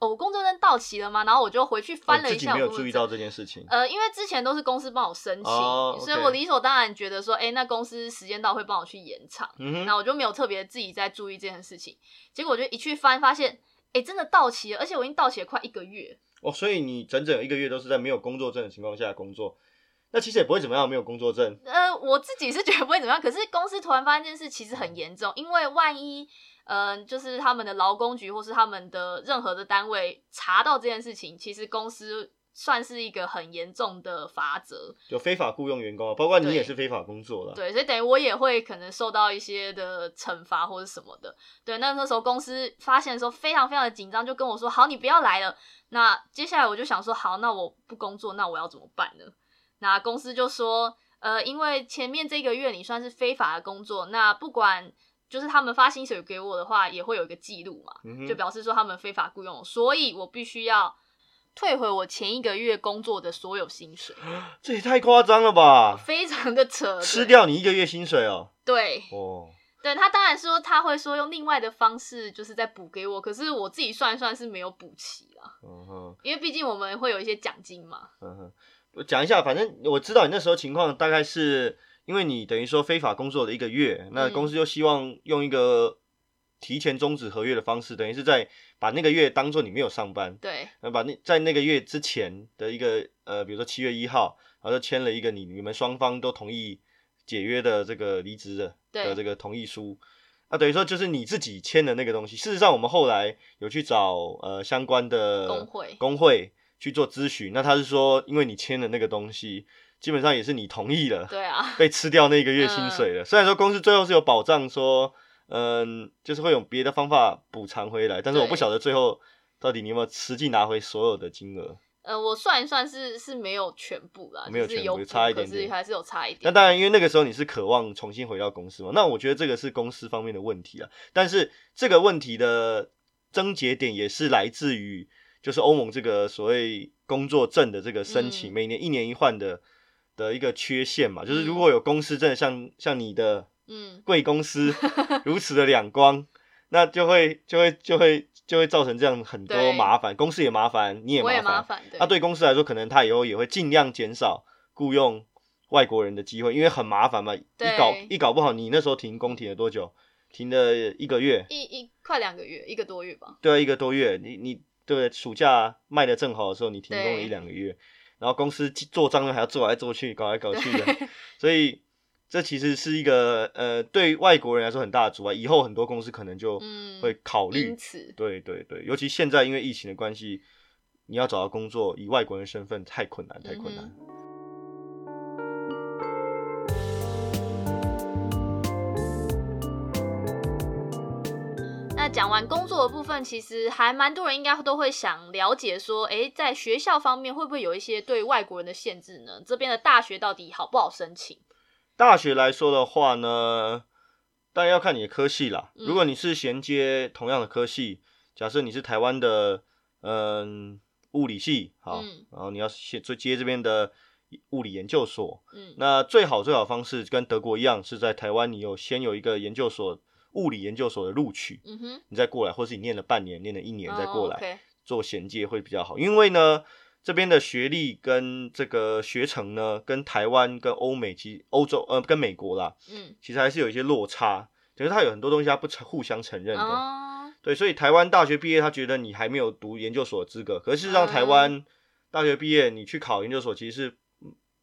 [SPEAKER 1] 哦我工作证到期了吗？然后我就回去翻
[SPEAKER 2] 我
[SPEAKER 1] 了
[SPEAKER 2] 哦自
[SPEAKER 1] 一
[SPEAKER 2] 己
[SPEAKER 1] 下
[SPEAKER 2] 没
[SPEAKER 1] 我
[SPEAKER 2] 有
[SPEAKER 1] 工作
[SPEAKER 2] 注意
[SPEAKER 1] 证
[SPEAKER 2] 到这件事情。
[SPEAKER 1] 呃，因为之前都是公司帮我申请，
[SPEAKER 2] 哦
[SPEAKER 1] 所以
[SPEAKER 2] OK
[SPEAKER 1] 我理所当然觉得说，哎、那公司时间到会帮我去延长，
[SPEAKER 2] 嗯
[SPEAKER 1] 那
[SPEAKER 2] 哼，
[SPEAKER 1] 我就没有特别自己在注意这件事情。结果我就一去翻，发现，哎、真的到期了，而且我已经到期了快一个月。
[SPEAKER 2] 哦，所以你整整一个月都是在没有工作证的情况下工作，那其实也不会怎么样，没有工作证。
[SPEAKER 1] 呃，我自己是觉得不会怎么样，可是公司突然发现这件事其实很严重，因为万一，嗯、就是他们的劳工局或是他们的任何的单位查到这件事情，其实公司算是一个很严重的法则。
[SPEAKER 2] 有非法雇佣员工啊，包括你
[SPEAKER 1] 对
[SPEAKER 2] 也是非法工作了。
[SPEAKER 1] 对，所以等于我也会可能受到一些的惩罚或者什么的。对，那那时候公司发现的时候非常非常的紧张，就跟我说：“好，你不要来了。”那接下来我就想说：“好，那我不工作，那我要怎么办呢？”那公司就说：“呃，因为前面这个月你算是非法的工作，那不管就是他们发薪水给我的话，也会有一个记录嘛。”
[SPEAKER 2] 嗯哼，
[SPEAKER 1] 就表示说他们非法雇佣我，所以我必须要退回我前一个月工作的所有薪水，
[SPEAKER 2] 这也太夸张了吧！
[SPEAKER 1] 非常的扯，呃对
[SPEAKER 2] 吃掉你一个月薪水哦。
[SPEAKER 1] 对，
[SPEAKER 2] 哦，
[SPEAKER 1] 对他当然说他会说用另外的方式就是再补给我，可是我自己算一算是没有补齐啦，
[SPEAKER 2] 嗯哼，
[SPEAKER 1] 因为毕竟我们会有一些奖金嘛。
[SPEAKER 2] 嗯哼，我讲一下，反正我知道你那时候情况大概是因为你等于说非法工作了一个月，那
[SPEAKER 1] 嗯
[SPEAKER 2] 公司就希望用一个提前终止合约的方式，等于是在把那个月当做你没有上班，
[SPEAKER 1] 对
[SPEAKER 2] 那呃把那在那个月之前的一个呃，比如说七月一号，然后就签了一个你你们双方都同意解约的这个离职的
[SPEAKER 1] 对
[SPEAKER 2] 的这个同意书。那等于说就是你自己签的那个东西。事实上，我们后来有去找呃相关的
[SPEAKER 1] 工会
[SPEAKER 2] 工会去做咨询，那他是说，因为你签的那个东西，基本上也是你同意了，
[SPEAKER 1] 对啊，
[SPEAKER 2] 被吃掉那个月薪
[SPEAKER 1] 嗯
[SPEAKER 2] 水了。虽然说公司最后是有保障说，嗯，就是会有别的方法补偿回来，但是我
[SPEAKER 1] 对
[SPEAKER 2] 不晓得最后到底你有没有实际拿回所有的金额。
[SPEAKER 1] 呃，我算一算是是没有全部啦，
[SPEAKER 2] 没有
[SPEAKER 1] 啊就
[SPEAKER 2] 全
[SPEAKER 1] 是
[SPEAKER 2] 部
[SPEAKER 1] 补
[SPEAKER 2] 差一点
[SPEAKER 1] 可
[SPEAKER 2] 点
[SPEAKER 1] 是还是有差一
[SPEAKER 2] 那
[SPEAKER 1] 点。
[SPEAKER 2] 当然，因为那个时候你是渴望重新回到公司嘛，那我觉得这个是公司方面的问题啊。但是这个问题的症结点也是来自于，就是欧盟这个所谓工作证的这个申请，
[SPEAKER 1] 嗯
[SPEAKER 2] 每年一年一换的的一个缺陷嘛，就是如果有公司真的像像你的
[SPEAKER 1] 嗯，
[SPEAKER 2] 贵公司 如此的两光，那就会就会就会就会造成这样很多
[SPEAKER 1] 对
[SPEAKER 2] 麻烦，公司也麻烦，你也
[SPEAKER 1] 我也
[SPEAKER 2] 麻
[SPEAKER 1] 麻
[SPEAKER 2] 烦。
[SPEAKER 1] 烦，对
[SPEAKER 2] 那、对公司来说，可能他以后也会尽量减少雇佣外国人的机会，因为很麻烦嘛。一
[SPEAKER 1] 对
[SPEAKER 2] 搞一搞不好，你那时候停工停了多久？停了一个月，
[SPEAKER 1] 一一快两个月，一个多月吧。
[SPEAKER 2] 对啊，一个多月。你你对不对？暑假卖的正好的时候，你停工了
[SPEAKER 1] 对
[SPEAKER 2] 一两个月，然后公司做账又还要做来做去，搞来搞去的，
[SPEAKER 1] 对
[SPEAKER 2] 所以。这其实是一个呃，对外国人来说很大的阻碍。以后很多公司可能就
[SPEAKER 1] 嗯
[SPEAKER 2] 会考虑
[SPEAKER 1] 因此，
[SPEAKER 2] 对对对，尤其现在因为疫情的关系，你要找到工作，以外国人身份太困难，太
[SPEAKER 1] 嗯
[SPEAKER 2] 困难。
[SPEAKER 1] 那讲完工作的部分，其实还蛮多人应该都会想了解说，诶，在学校方面会不会有一些对外国人的限制呢？这边的大学到底好不好申请？
[SPEAKER 2] 大学来说的话呢，当然要看你的科系啦。
[SPEAKER 1] 嗯
[SPEAKER 2] 如果你是衔接同样的科系，假设你是台湾的嗯物理系，好，
[SPEAKER 1] 嗯
[SPEAKER 2] 然后你要先接接这边的物理研究所，
[SPEAKER 1] 嗯，
[SPEAKER 2] 那最好最好的方式跟德国一样，是在台湾你有先有一个研究所物理研究所的录取，
[SPEAKER 1] 嗯哼，
[SPEAKER 2] 你再过来，或是你念了半年、念了一
[SPEAKER 1] 哦
[SPEAKER 2] 年再过来。
[SPEAKER 1] o k
[SPEAKER 2] 做衔接会比较好，因为呢，这边的学历跟这个学程呢，跟台湾、跟欧美其实欧洲呃跟美国啦，
[SPEAKER 1] 嗯，
[SPEAKER 2] 其实还是有一些落差，等于它有很多东西它不承互相承认的。
[SPEAKER 1] 哦，
[SPEAKER 2] 对，所以台湾大学毕业，他觉得你还没有读研究所的资格，可是事实上
[SPEAKER 1] 嗯
[SPEAKER 2] 台湾大学毕业，你去考研究所其实是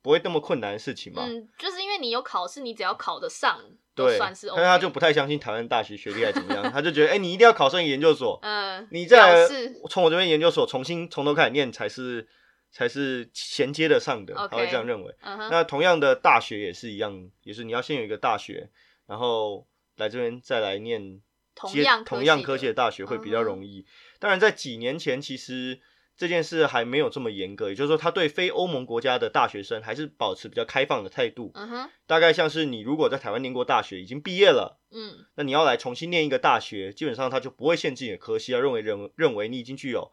[SPEAKER 2] 不会那么困难的事情嘛。
[SPEAKER 1] 嗯，就是因为你有考试，你只要考得上，都
[SPEAKER 2] 对，
[SPEAKER 1] 算是 OK。
[SPEAKER 2] 但是他就不太相信台湾大学学历还怎么样，他就觉得，哎、你一定要考上研究所，
[SPEAKER 1] 嗯，
[SPEAKER 2] 你再
[SPEAKER 1] 表示
[SPEAKER 2] 从我这边研究所重新从头开始念才是才是衔接得上的，
[SPEAKER 1] OK
[SPEAKER 2] 他会这样认为。
[SPEAKER 1] 嗯哼，
[SPEAKER 2] 那同样的大学也是一样，也是你要先有一个大学，然后来这边再来念
[SPEAKER 1] 同
[SPEAKER 2] 接
[SPEAKER 1] 样
[SPEAKER 2] 同样科
[SPEAKER 1] 科
[SPEAKER 2] 系
[SPEAKER 1] 系
[SPEAKER 2] 的
[SPEAKER 1] 的
[SPEAKER 2] 大学会比较
[SPEAKER 1] 嗯哼
[SPEAKER 2] 容易。当然，在几年前其实。这件事还没有这么严格，也就是说，他对非欧盟国家的大学生还是保持比较开放的态度。
[SPEAKER 1] 嗯哼，
[SPEAKER 2] 大概像是你如果在台湾念过大学，已经毕业了，
[SPEAKER 1] 嗯，
[SPEAKER 2] 那你要来重新念一个大学，基本上他就不会限制你的科系，要认为认认为你已经具有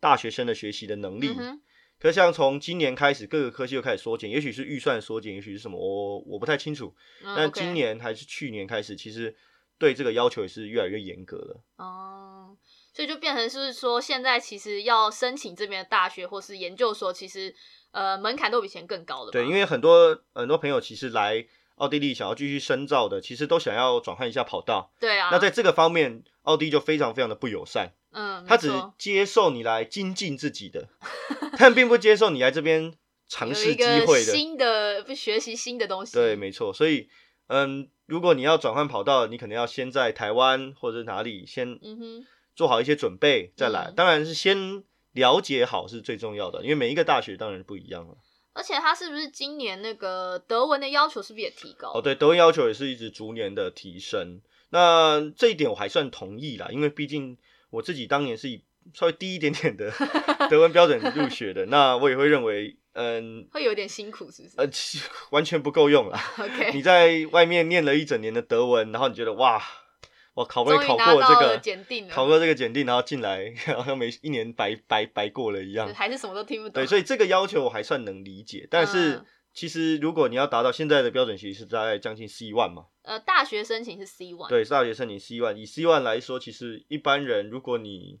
[SPEAKER 2] 大学生的学习的能力。
[SPEAKER 1] 嗯哼，
[SPEAKER 2] 可是像从今年开始，各个科系又开始缩减，也许是预算缩减，也许是什么，我我不太清楚。
[SPEAKER 1] 嗯
[SPEAKER 2] 但
[SPEAKER 1] OK
[SPEAKER 2] 今年还是去年开始，其实对这个要求也是越来越严格了。
[SPEAKER 1] 哦，所以就变成是说，现在其实要申请这边的大学或是研究所，其实呃门槛都比以前更高的嘛。
[SPEAKER 2] 对，因为很多呃很多朋友其实来奥地利想要继续深造的，其实都想要转换一下跑道。
[SPEAKER 1] 对啊，
[SPEAKER 2] 那在这个方面，奥地利就非常非常的不友善，
[SPEAKER 1] 嗯，
[SPEAKER 2] 他
[SPEAKER 1] 没
[SPEAKER 2] 只
[SPEAKER 1] 错
[SPEAKER 2] 接受你来精进自己的， 但并不接受你来这边尝
[SPEAKER 1] 有
[SPEAKER 2] 试
[SPEAKER 1] 一
[SPEAKER 2] 机
[SPEAKER 1] 个
[SPEAKER 2] 会的。
[SPEAKER 1] 新的不学习新的东西，
[SPEAKER 2] 对，没错。所以，嗯，如果你要转换跑道，你可能要先在台湾或者是哪里先
[SPEAKER 1] 嗯哼
[SPEAKER 2] 做好一些准备，再来。
[SPEAKER 1] 嗯
[SPEAKER 2] 当然是先了解好是最重要的，因为每一个大学当然不一样啊了。
[SPEAKER 1] 而且他是不是今年那个德文的要求是不是也提高？
[SPEAKER 2] 哦，，对，德文要求也是一直逐年的提升。那这一点我还算同意啦，因为毕竟我自己当年是以稍微低一点点的 德文标准入学的，那我也会认为，嗯。
[SPEAKER 1] 会有点辛苦，是不是、
[SPEAKER 2] 呃，其实完全不够用啦。
[SPEAKER 1] o k
[SPEAKER 2] 你在外面念了一整年的德文，然后你觉得哇，我好不容
[SPEAKER 1] 终
[SPEAKER 2] 易
[SPEAKER 1] 于
[SPEAKER 2] 考
[SPEAKER 1] 拿
[SPEAKER 2] 过这
[SPEAKER 1] 到了
[SPEAKER 2] 个，
[SPEAKER 1] 检定
[SPEAKER 2] 考
[SPEAKER 1] 了，
[SPEAKER 2] 过这个检定，然后进来，好像没一年白白白过了一样。
[SPEAKER 1] 还是什么都听不懂。
[SPEAKER 2] 对，所以这个要求我还算能理解，但是
[SPEAKER 1] 嗯
[SPEAKER 2] 其实如果你要达到现在的标准，其实是大概将近 C one 嘛。
[SPEAKER 1] 呃，大学申请是 C one，，
[SPEAKER 2] 对，大学申请 C one，以 C one 来说，其实一般人如果你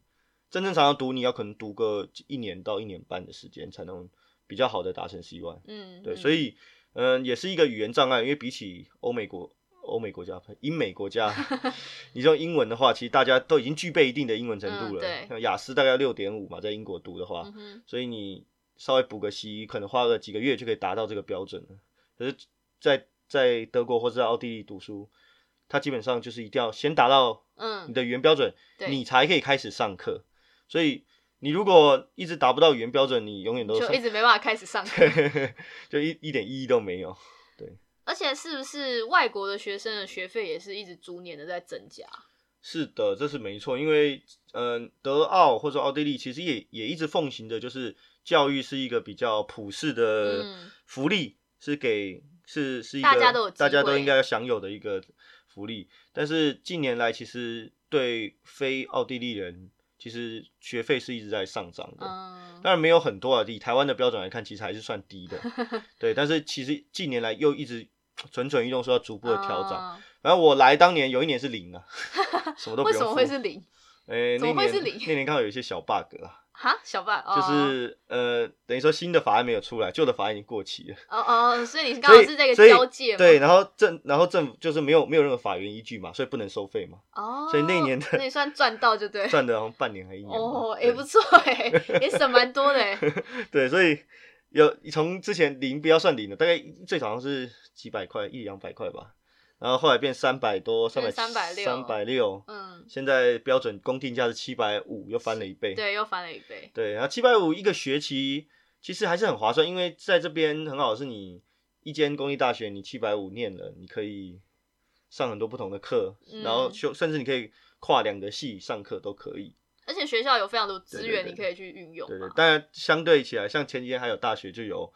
[SPEAKER 2] 正正常常读，你要可能读个一年到一年半的时间才能比较好的达成 C one。
[SPEAKER 1] 嗯，
[SPEAKER 2] 对，
[SPEAKER 1] 嗯
[SPEAKER 2] 所以嗯、也是一个语言障碍，因为比起欧美国。欧美国家、英美国 家，你用英文的话，其实大家都已经具备一定的英文程
[SPEAKER 1] 嗯
[SPEAKER 2] 度了。
[SPEAKER 1] 对
[SPEAKER 2] 像雅思大概六点五嘛，在英国读的话，
[SPEAKER 1] 嗯哼，
[SPEAKER 2] 所以你稍微补个习，可能花个几个月就可以达到这个标准了。可是在，在德国或者在奥地利读书，它基本上就是一定要先达到啊
[SPEAKER 1] 嗯，
[SPEAKER 2] 你的语言标准，
[SPEAKER 1] 对，
[SPEAKER 2] 你才可以开始上课。所以你如果一直达不到语言标准，你永远都
[SPEAKER 1] 就一
[SPEAKER 2] 上
[SPEAKER 1] 直没办法开始上课。
[SPEAKER 2] 就一一点意义都没有。
[SPEAKER 1] 而且是不是外国的学生的学费也是一直逐年的在增加？
[SPEAKER 2] 是的，这是没错，因为嗯，德奥或者奥地利其实也也一直奉行的，就是教育是一个比较普世的
[SPEAKER 1] 嗯
[SPEAKER 2] 福利，是给是是一个
[SPEAKER 1] 大家都有机
[SPEAKER 2] 大家都
[SPEAKER 1] 会
[SPEAKER 2] 应该要享有的一个福利。但是近年来，其实对非奥地利人，其实学费是一直在上涨的。
[SPEAKER 1] 嗯，
[SPEAKER 2] 当然没有很多啊，以台湾的标准来看，其实还是算低 的。对，但是其实近年来又一直蠢蠢欲动，说要逐步的调整。
[SPEAKER 1] 啊
[SPEAKER 2] 然后我来当年有一年是零 啊，什么都不
[SPEAKER 1] 为
[SPEAKER 2] 用
[SPEAKER 1] 什么
[SPEAKER 2] 付
[SPEAKER 1] 会是？零？
[SPEAKER 2] 呃，
[SPEAKER 1] 怎
[SPEAKER 2] 那
[SPEAKER 1] 么会
[SPEAKER 2] 年
[SPEAKER 1] 是零
[SPEAKER 2] 那年刚好有一些小 bug 啦，
[SPEAKER 1] 哈，小半，哦
[SPEAKER 2] 就是呃，等于说新的法案没有出来，旧的法案已经过期了。
[SPEAKER 1] 哦哦，所以你刚好
[SPEAKER 2] 所以
[SPEAKER 1] 是在一
[SPEAKER 2] 所
[SPEAKER 1] 个
[SPEAKER 2] 以
[SPEAKER 1] 交界嘛，
[SPEAKER 2] 对，，然后政然后政府就是没有没有任何法源依据嘛，所以不能 收费嘛，
[SPEAKER 1] 哦，
[SPEAKER 2] 所以那一年的
[SPEAKER 1] 那你算赚到就对，
[SPEAKER 2] 赚的好像半年还一年吧。
[SPEAKER 1] 哦，
[SPEAKER 2] 对
[SPEAKER 1] 也不错哎，也省蛮多的哎，
[SPEAKER 2] 对，所以有从之前零不要算零了，大概最早好像是几百块一两百块吧，然后后来变三百多，三百
[SPEAKER 1] 变360
[SPEAKER 2] 三百六，
[SPEAKER 1] 嗯，
[SPEAKER 2] 现在标准公定价是七百五，又翻了一倍。
[SPEAKER 1] 对，又翻了一倍，
[SPEAKER 2] 对，然后七百五一个学期其实还是很划算，因为在这边很好的是你一间公立大学，你七百五念了，你可以上很多不同的课，然后
[SPEAKER 1] 嗯
[SPEAKER 2] 修甚至你可以跨两个系上课都可以。
[SPEAKER 1] 而且学校有非常多资源
[SPEAKER 2] 对对对
[SPEAKER 1] 你可以去运用
[SPEAKER 2] 对对
[SPEAKER 1] 嘛，，
[SPEAKER 2] 当然相对起来，像前几天还有大学就有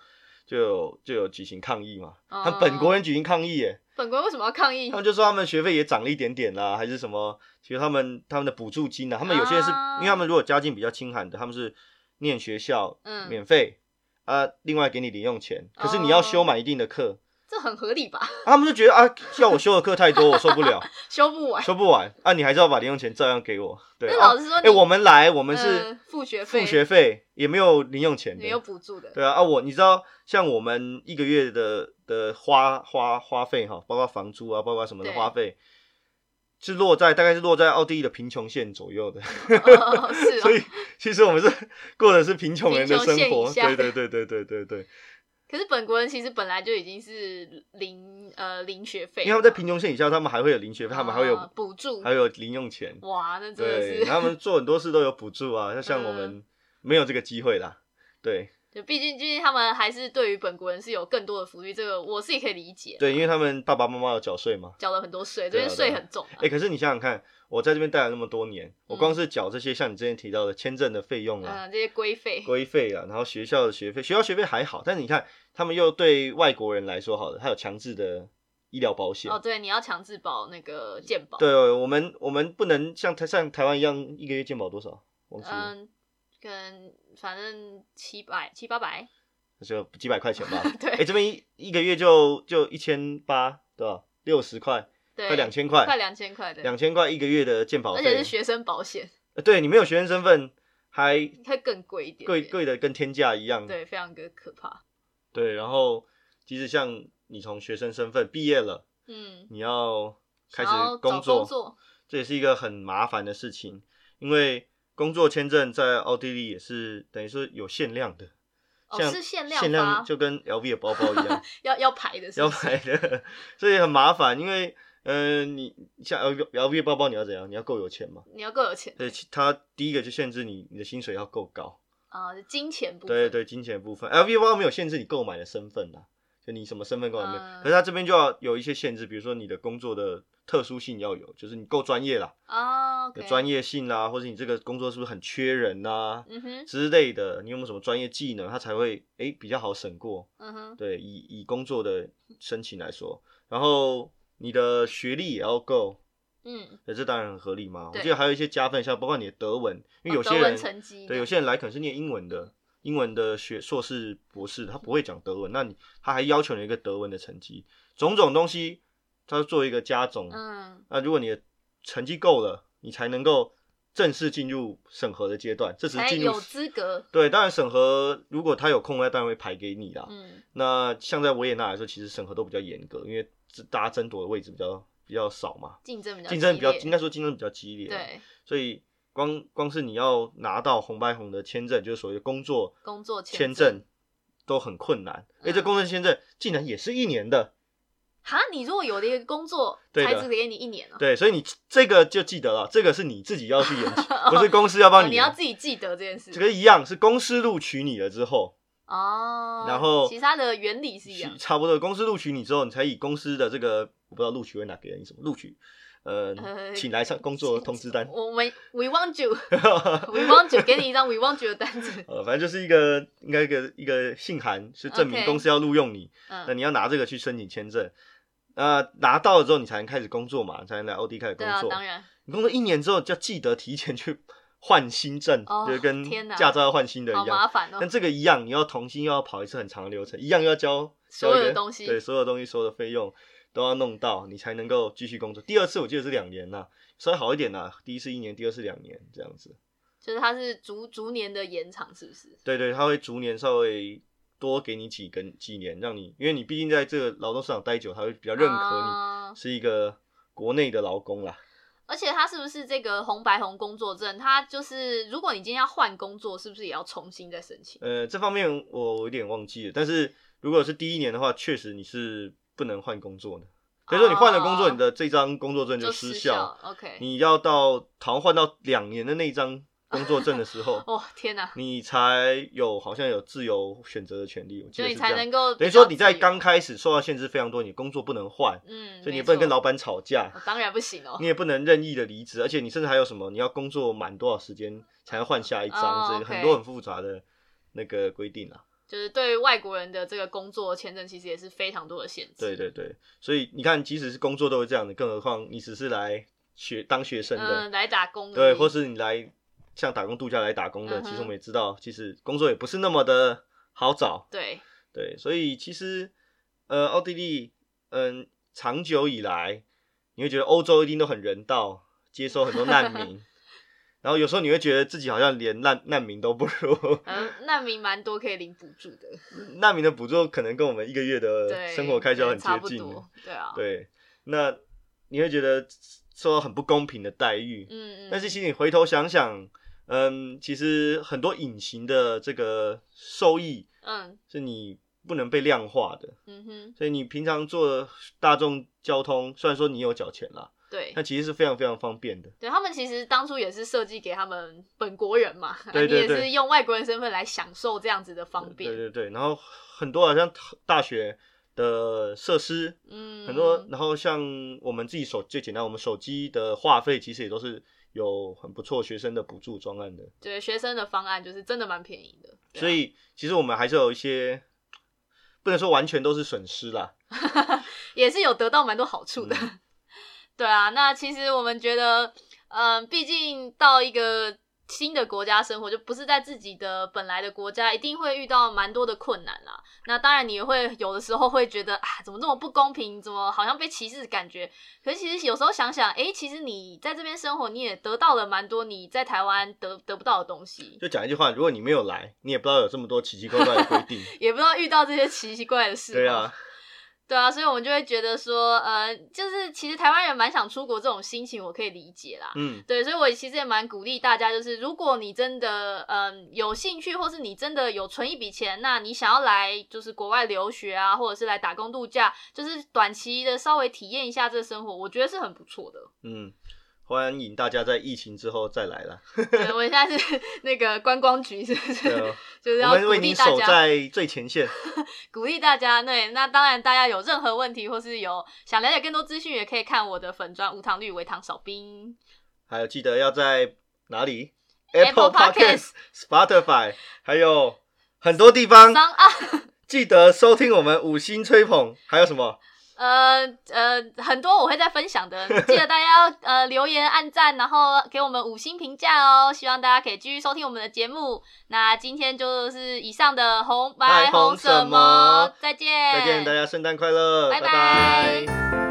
[SPEAKER 2] 就有就有举行抗议嘛，他
[SPEAKER 1] 哦
[SPEAKER 2] 们本国人举行抗议
[SPEAKER 1] 嗯
[SPEAKER 2] 耶，
[SPEAKER 1] 本国为什么要抗议
[SPEAKER 2] 他？们就说他们学费也涨了一点点啦，还是什么？其实他们他们的补助金啊，他们有些人是、
[SPEAKER 1] 啊
[SPEAKER 2] 因为他们如果家境比较清寒的，他们是念学校
[SPEAKER 1] 嗯
[SPEAKER 2] 免费、啊，另外给你零用钱，可是你要修
[SPEAKER 1] 哦
[SPEAKER 2] 满一定的课，
[SPEAKER 1] 这很合理吧？
[SPEAKER 2] 啊他们就觉得啊，要我修的课太多，我受不了，
[SPEAKER 1] 修不完。
[SPEAKER 2] 修不完啊，你还是要把零用钱照样给我。对，
[SPEAKER 1] 那
[SPEAKER 2] 啊
[SPEAKER 1] 老师说
[SPEAKER 2] 哎、
[SPEAKER 1] 你，
[SPEAKER 2] 我们来，我们是
[SPEAKER 1] 嗯付学费，
[SPEAKER 2] 付学费，也没有零用钱的，
[SPEAKER 1] 没有补助的，
[SPEAKER 2] 对啊，啊我你知道，像我们一个月的的花花花费哈，包括房租啊，包括什么的
[SPEAKER 1] 对
[SPEAKER 2] 花费，是落在大概是落在奥地利的贫穷线左右的，
[SPEAKER 1] 哦是哦，
[SPEAKER 2] 啊所以其实我们是 过的是贫穷人的
[SPEAKER 1] 贫穷
[SPEAKER 2] 生
[SPEAKER 1] 线
[SPEAKER 2] 活，
[SPEAKER 1] 以下
[SPEAKER 2] 对对对对对对对，
[SPEAKER 1] 可是本国人其实本来就已经是零呃零学费
[SPEAKER 2] 因
[SPEAKER 1] 了嘛，
[SPEAKER 2] 为他们在贫穷线以下，他们还会有零学费，他们还会有、
[SPEAKER 1] 啊补助
[SPEAKER 2] 还，有零用钱，
[SPEAKER 1] 哇，哦那真的
[SPEAKER 2] 对，
[SPEAKER 1] 是，嗯
[SPEAKER 2] 他们做很多事都有补助啊，像我们没有这个机会啦，对
[SPEAKER 1] 就毕竟毕竟他们还是对于本国人是有更多的福利，这个我自己可以理解，啊
[SPEAKER 2] 对，因为他们爸爸妈妈有缴税嘛，
[SPEAKER 1] 缴了很多税，这
[SPEAKER 2] 对啊
[SPEAKER 1] 边税很重啊
[SPEAKER 2] 哎、，可是你想想看，我在这边待了那么多年，我光
[SPEAKER 1] 嗯
[SPEAKER 2] 是缴这些像你之前提到的签证的费用啊、
[SPEAKER 1] 嗯，这些规费，
[SPEAKER 2] 规费啊，然后学校的学费，学校学费还好，但是你看他们又对外国人来说好了，他有强制的医疗保险。
[SPEAKER 1] 哦，对，你要强制保那个健保，
[SPEAKER 2] 对，我们我们不能像台像台湾一样一个月健保多少，忘记了。
[SPEAKER 1] 嗯，跟反正七百七八百，
[SPEAKER 2] 那就几百块钱吧。
[SPEAKER 1] 对
[SPEAKER 2] 哎、这边一一个月就就一千八，对吧？六十块，
[SPEAKER 1] 对，
[SPEAKER 2] 快两千块，
[SPEAKER 1] 快两千块的，
[SPEAKER 2] 两哦千块一个月的健保费，
[SPEAKER 1] 而且是学生保险，
[SPEAKER 2] 呃对你没有学生身份，还
[SPEAKER 1] 会更贵一点点
[SPEAKER 2] 贵，贵的跟天价一样。
[SPEAKER 1] 对，非常的可怕。
[SPEAKER 2] 对然后即使像你从学生身份毕业了，
[SPEAKER 1] 嗯，
[SPEAKER 2] 你要开始
[SPEAKER 1] 然后找
[SPEAKER 2] 工作，
[SPEAKER 1] 工作，
[SPEAKER 2] 这也是一个很麻烦的事情，因为工作签证在奥地利也是等于说有限量的，
[SPEAKER 1] 哦
[SPEAKER 2] 像
[SPEAKER 1] 是限量
[SPEAKER 2] 限
[SPEAKER 1] 发
[SPEAKER 2] 量就跟 LV 的包包 一样，
[SPEAKER 1] 要要排的是
[SPEAKER 2] 要
[SPEAKER 1] 不是，
[SPEAKER 2] 买的，所以很麻烦，因为。嗯、你像 L L V 包包，你要怎样？你要够有钱嘛？
[SPEAKER 1] 你要够有钱
[SPEAKER 2] 对，其它第一个就限制你，你的薪水要够高。
[SPEAKER 1] 啊，就金钱部分，
[SPEAKER 2] 对对，金钱的部分，LV 包没有限制你购买的身份啦，就你什么身份购买没有，
[SPEAKER 1] 嗯
[SPEAKER 2] 可是它这边就要有一些限制，比如说你的工作的特殊性要有，就是你够专业啦，
[SPEAKER 1] 啊
[SPEAKER 2] 有
[SPEAKER 1] ，OK，
[SPEAKER 2] 专业性啦，或者你这个工作是不是很缺人呐、
[SPEAKER 1] 嗯哼，
[SPEAKER 2] 之类的，你有没有什么专业技能，它才会诶比较好审过。
[SPEAKER 1] 嗯哼，
[SPEAKER 2] 对，以以工作的申请来说，然后你的学历也要够，
[SPEAKER 1] 嗯，
[SPEAKER 2] 对这当然很合理嘛。我
[SPEAKER 1] 对
[SPEAKER 2] 记得还有一些加分项，包括你的德文，因为有
[SPEAKER 1] 哦德
[SPEAKER 2] 些人、
[SPEAKER 1] 文成绩
[SPEAKER 2] 对，有些人来可能是念英文的，英文的学硕士、博士，他不会讲德文，那你他还要求你一个德文的成绩，种种东西，他做一个加总。
[SPEAKER 1] 嗯，
[SPEAKER 2] 那如果你的成绩够了，你才能够正式进入审核的阶段，这只是
[SPEAKER 1] 才
[SPEAKER 2] 进入
[SPEAKER 1] 有。资格，
[SPEAKER 2] 对，当然审核如果他有空位，当然会排给你啦。
[SPEAKER 1] 嗯，
[SPEAKER 2] 那像在维也纳来说，其实审核都比较严格，因为这大家争夺的位置比较比较少嘛，
[SPEAKER 1] 竞争比较
[SPEAKER 2] 竞争比较
[SPEAKER 1] 激
[SPEAKER 2] 应
[SPEAKER 1] 烈
[SPEAKER 2] 该说竞争比较激烈。，啊
[SPEAKER 1] 对，
[SPEAKER 2] 所以光光是你要拿到红白红的签证，就是所谓的工作
[SPEAKER 1] 工作
[SPEAKER 2] 签
[SPEAKER 1] 签
[SPEAKER 2] 证，都很困难。哎、这
[SPEAKER 1] 嗯
[SPEAKER 2] 工作签证竟然也是一年的，
[SPEAKER 1] 哈，你如果有了一个工作，
[SPEAKER 2] 对
[SPEAKER 1] 才
[SPEAKER 2] 的
[SPEAKER 1] 只给你一年哦。
[SPEAKER 2] 对，所以你这个就记得了，这个是你自己要去研究，不是公司 要
[SPEAKER 1] 哦
[SPEAKER 2] 帮你。
[SPEAKER 1] 你要自己记得这件事。
[SPEAKER 2] 这个一样是公司录取你了之后，
[SPEAKER 1] 哦，
[SPEAKER 2] 然后
[SPEAKER 1] 其实它的原理是一样
[SPEAKER 2] 是，差不多公司录取你之后，你才以公司的这个我不知道录取会拿给你什么录取，呃，
[SPEAKER 1] 呃。
[SPEAKER 2] 请来上工作通知单
[SPEAKER 1] 我们 we want you，we want you，给你一张 we want you 的单子。
[SPEAKER 2] 呃，反正就是一个应该一个一个信函，是证明
[SPEAKER 1] OK
[SPEAKER 2] 公司要录用你。那
[SPEAKER 1] 嗯，
[SPEAKER 2] 你要拿这个去申请签证，呃，拿到了之后你才能开始工作嘛，才能来 OD 开始
[SPEAKER 1] 对
[SPEAKER 2] 工
[SPEAKER 1] 啊，
[SPEAKER 2] 作。
[SPEAKER 1] 当然，
[SPEAKER 2] 你工作一年之后，就要记得提前去换新证，
[SPEAKER 1] 哦
[SPEAKER 2] 就是跟
[SPEAKER 1] 天哪
[SPEAKER 2] 驾照要换新的
[SPEAKER 1] 好
[SPEAKER 2] 一
[SPEAKER 1] 麻
[SPEAKER 2] 样。
[SPEAKER 1] 烦哦
[SPEAKER 2] 但。这个一样，你要重新又要跑一次很长的流程，一样又要交
[SPEAKER 1] 所有
[SPEAKER 2] 交一
[SPEAKER 1] 的
[SPEAKER 2] 个
[SPEAKER 1] 东西
[SPEAKER 2] 对，所有东西所有的费用都要弄到，你才能够继续工作。第二次我记得是两年呐、稍微好一点呐、第一次一年，第二次两年这样子。
[SPEAKER 1] 就是它是逐逐年的延长，是不是？
[SPEAKER 2] 对对，他会逐年稍微多给你几根几年，让你因为你毕竟在这个劳动市场待久，他会比较认可你。
[SPEAKER 1] 啊
[SPEAKER 2] 是一个国内的劳工啦。
[SPEAKER 1] 而且它是不是这个红白红工作证？它就是如果你今天要换工作，是不是也要重新再申请？
[SPEAKER 2] 呃，这方面我有点忘记了，但是如果是第一年的话，确实你是不能换工作的。所以说你换了工作，
[SPEAKER 1] 哦
[SPEAKER 2] 你的这张工作证就
[SPEAKER 1] 就
[SPEAKER 2] 失
[SPEAKER 1] 失
[SPEAKER 2] 效。
[SPEAKER 1] 效。OK。
[SPEAKER 2] 你要到好像换到两年的那张工作证的时候，
[SPEAKER 1] 哦，天哪！
[SPEAKER 2] 你才有好像有自由选择的权利。我
[SPEAKER 1] 就
[SPEAKER 2] 记得
[SPEAKER 1] 你
[SPEAKER 2] 是这
[SPEAKER 1] 才
[SPEAKER 2] 样
[SPEAKER 1] 能。够
[SPEAKER 2] 等
[SPEAKER 1] 比
[SPEAKER 2] 于
[SPEAKER 1] 较
[SPEAKER 2] 说你在
[SPEAKER 1] 自由，
[SPEAKER 2] 刚开始受到限制非常多，你工作不能换，
[SPEAKER 1] 嗯，
[SPEAKER 2] 所以你
[SPEAKER 1] 没
[SPEAKER 2] 也不能跟
[SPEAKER 1] 错
[SPEAKER 2] 老板吵架。
[SPEAKER 1] 哦当然不行哦
[SPEAKER 2] 你。也不能任意的离职，而且你甚至还有什么，你要工作满多少时间才能换下一
[SPEAKER 1] 哦
[SPEAKER 2] 张之类的，
[SPEAKER 1] OK
[SPEAKER 2] 很多很复杂的那个规定啊。
[SPEAKER 1] 就是对于外国人的这个工作签证，其实也是非常多的限制。
[SPEAKER 2] 对对对，所以你看，即使是工作都会这样的，更何况你只是来学当学生的，
[SPEAKER 1] 嗯，来打工而已
[SPEAKER 2] 对，或是你来像打工度假来打工的，
[SPEAKER 1] 嗯哼
[SPEAKER 2] 其实我们也知道，其实工作也不是那么的好找，
[SPEAKER 1] 对，
[SPEAKER 2] 对，所以其实呃，奥地利，嗯，长久以来，你会觉得欧洲一定都很人道，接收很多 难民，然后有时候你会觉得自己好像连难难民都不如，
[SPEAKER 1] 嗯，难民蛮多可以领补助的，
[SPEAKER 2] 难民的补助可能跟我们一个月的
[SPEAKER 1] 对，
[SPEAKER 2] 呃生活开销
[SPEAKER 1] 对
[SPEAKER 2] 很接
[SPEAKER 1] 差不
[SPEAKER 2] 近，
[SPEAKER 1] 多，对啊，
[SPEAKER 2] 对，那你会觉得受到很不公平的待遇，
[SPEAKER 1] 嗯嗯，
[SPEAKER 2] 但是其实你回头想想，嗯，其实很多隐形的这个收益
[SPEAKER 1] 嗯
[SPEAKER 2] 是你不能被量化的。
[SPEAKER 1] 嗯哼，
[SPEAKER 2] 所以你平常坐大众交通，虽然说你有缴钱啦，
[SPEAKER 1] 对
[SPEAKER 2] 但其实是非常非常方便的。
[SPEAKER 1] 对，他们其实当初也是设计给他们本国人嘛，
[SPEAKER 2] 对
[SPEAKER 1] 你
[SPEAKER 2] 对
[SPEAKER 1] 也
[SPEAKER 2] 对
[SPEAKER 1] 是用外国人身份来享受这样子的方
[SPEAKER 2] 对
[SPEAKER 1] 便，
[SPEAKER 2] 对对，然后很多好像大学的设施，
[SPEAKER 1] 嗯，
[SPEAKER 2] 很多，然后像我们自己手最简单，我们手机的话费其实也都是有很不错学生的补助专案的，
[SPEAKER 1] 对学生的方案就是真的蛮便宜的，对啊
[SPEAKER 2] 所以其实我们还是有一些。不能说完全都是损失啦，
[SPEAKER 1] 也是有得到蛮多好处的。 呃对啊，那其实我们觉得，嗯，毕竟到一个新的国家生活，就不是在自己的本来的国家，一定会遇到蛮多的困难啦。那当然，你也会有的时候会觉得啊，怎么这么不公平，怎么好像被歧视的感觉。可是其实有时候想想，诶，其实你在这边生活，你也得到了蛮多你在台湾得得不到的东西，
[SPEAKER 2] 就讲一句话，如果你没有来，你也不知道有这么多奇奇怪怪的规 定。
[SPEAKER 1] 也不知道遇到这些奇奇怪的事。哦
[SPEAKER 2] 对啊，，
[SPEAKER 1] 对啊，所以我们就会觉得说，呃，就是其实台湾人蛮想出国这种心情，我可以理解啦。
[SPEAKER 2] 嗯，
[SPEAKER 1] 对，所以我其实也蛮鼓励大家，就是如果你真的嗯有兴趣，或是你真的有存一笔钱，那你想要来就是国外留学啊，或者是来打工度假，就是短期的稍微体验一下这个生活，我觉得是很不错的。哦
[SPEAKER 2] 嗯，欢迎大家在疫情之后再来啦。
[SPEAKER 1] 对，我现在是 那个观光局，是不是？
[SPEAKER 2] 对啊
[SPEAKER 1] 就是
[SPEAKER 2] 我
[SPEAKER 1] 要
[SPEAKER 2] 们
[SPEAKER 1] 鼓
[SPEAKER 2] 为
[SPEAKER 1] 励
[SPEAKER 2] 您
[SPEAKER 1] 大
[SPEAKER 2] 守
[SPEAKER 1] 家，
[SPEAKER 2] 在最前 线。
[SPEAKER 1] 鼓励大家。对，那当然，大家有任何问题或是有想了解更多资讯，也可以看我的粉砖无糖绿为糖少冰。
[SPEAKER 2] 还有记得要在哪里
[SPEAKER 1] Apple
[SPEAKER 2] Podcasts Spotify，还有很多地方
[SPEAKER 1] 当啊，
[SPEAKER 2] 记得收听我们五星吹捧，还有什么？
[SPEAKER 1] 呃呃，很多我会再分享的，记得大家要呃留言、按赞，然后给我们五星评价哦。希望大家可以继续收听我们的节目。那今天就是以上的红白
[SPEAKER 2] 白红
[SPEAKER 1] 红什
[SPEAKER 2] 什么
[SPEAKER 1] 么，再见，
[SPEAKER 2] 再见，大家圣诞快乐，
[SPEAKER 1] 拜
[SPEAKER 2] 拜拜
[SPEAKER 1] 拜